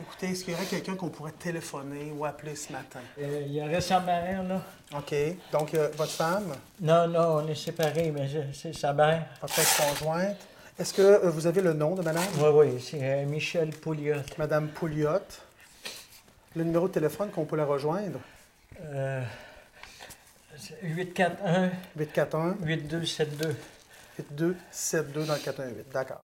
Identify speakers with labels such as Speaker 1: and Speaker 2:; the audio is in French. Speaker 1: écoutez, est-ce qu'il y aurait quelqu'un qu'on pourrait téléphoner ou appeler ce matin?
Speaker 2: Euh, il y aurait sa mère, là.
Speaker 1: OK. Donc, euh, votre femme,
Speaker 2: Non, non, on est séparés, mais je- c'est sa mère.
Speaker 1: votre ex-conjointe. Est-ce que euh, vous avez le nom de madame?
Speaker 2: Oui, oui, c'est euh, Michel Pouliot.
Speaker 1: Madame Pouliot. Le numéro de téléphone qu'on peut la rejoindre?
Speaker 2: Euh, c'est 841
Speaker 1: 841
Speaker 2: 8272.
Speaker 1: 8272 dans le 418. D'accord.